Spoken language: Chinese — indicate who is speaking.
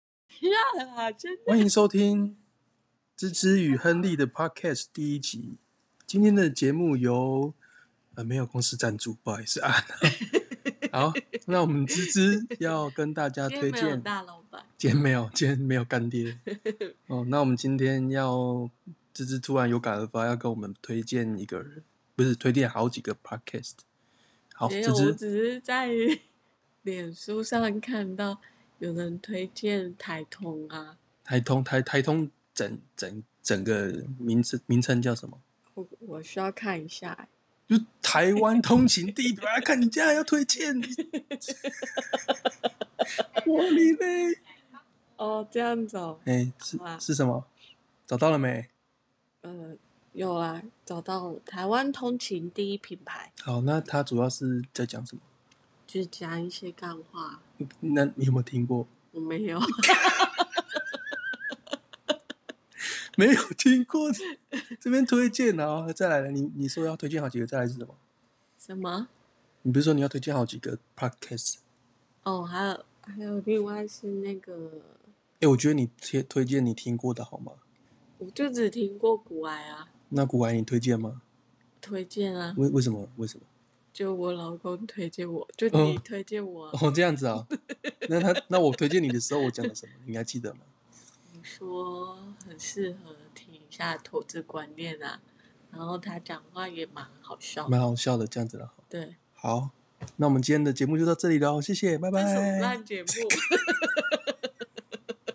Speaker 1: 不要啦，真的。
Speaker 2: 欢迎收听芝芝与亨利的 Podcast 第一集。今天的节目由呃没有公司赞助，不好意思 啊。好，那我们芝芝要跟大家
Speaker 1: 今天没
Speaker 2: 推
Speaker 1: 有
Speaker 2: 荐，
Speaker 1: 大老板，
Speaker 2: 今天没有，今天没有干爹哦。那我们今天要芝芝突然有感而发，要跟我们推荐一个人，不是推荐好几个 Podcast。好，
Speaker 1: 没
Speaker 2: 芝
Speaker 1: 有，我
Speaker 2: 芝
Speaker 1: 只是在 脸书上看到有人推荐台通啊，
Speaker 2: 台通台台通整整整个名字名称叫什么？
Speaker 1: 我我需要看一下欸、
Speaker 2: 就台湾通勤地图啊，看你竟然要推荐，我哩嘞！
Speaker 1: 哦，这样子哦，
Speaker 2: 哎、是
Speaker 1: 好啊
Speaker 2: 是什么？找到了没？
Speaker 1: 呃，有啦，找到了台湾通勤第一品牌，
Speaker 2: 好，那它主要是在讲什么？
Speaker 1: 就是讲一些干话，
Speaker 2: 那你有没有听过？
Speaker 1: 我没有，
Speaker 2: 没有听过，这边推荐啊，再来了。你你说要推荐好几个，再来是什么？
Speaker 1: 什么？
Speaker 2: 你不是说你要推荐好几个 podcast？
Speaker 1: 哦，还有还有另外是那个，
Speaker 2: 哎、我觉得你推推荐你听过的好吗？
Speaker 1: 我就只听过古埃啊，
Speaker 2: 那古玩你推荐吗？
Speaker 1: 推荐啊，
Speaker 2: 为为什么？为什么？
Speaker 1: 就我老公推荐我，就
Speaker 2: 嗯
Speaker 1: 你推荐我啊，
Speaker 2: 哦，这样子啊。那他那我推荐你的时候，我讲了什么？你还记得吗？
Speaker 1: 你说很适合听一下投资观念啊，然后他讲话也蛮好笑的，
Speaker 2: 蛮好笑的，这样子了。
Speaker 1: 对，
Speaker 2: 好，那我们今天的节目就到这里喽，谢谢，拜
Speaker 1: 这什么
Speaker 2: 拜。
Speaker 1: 烂节目？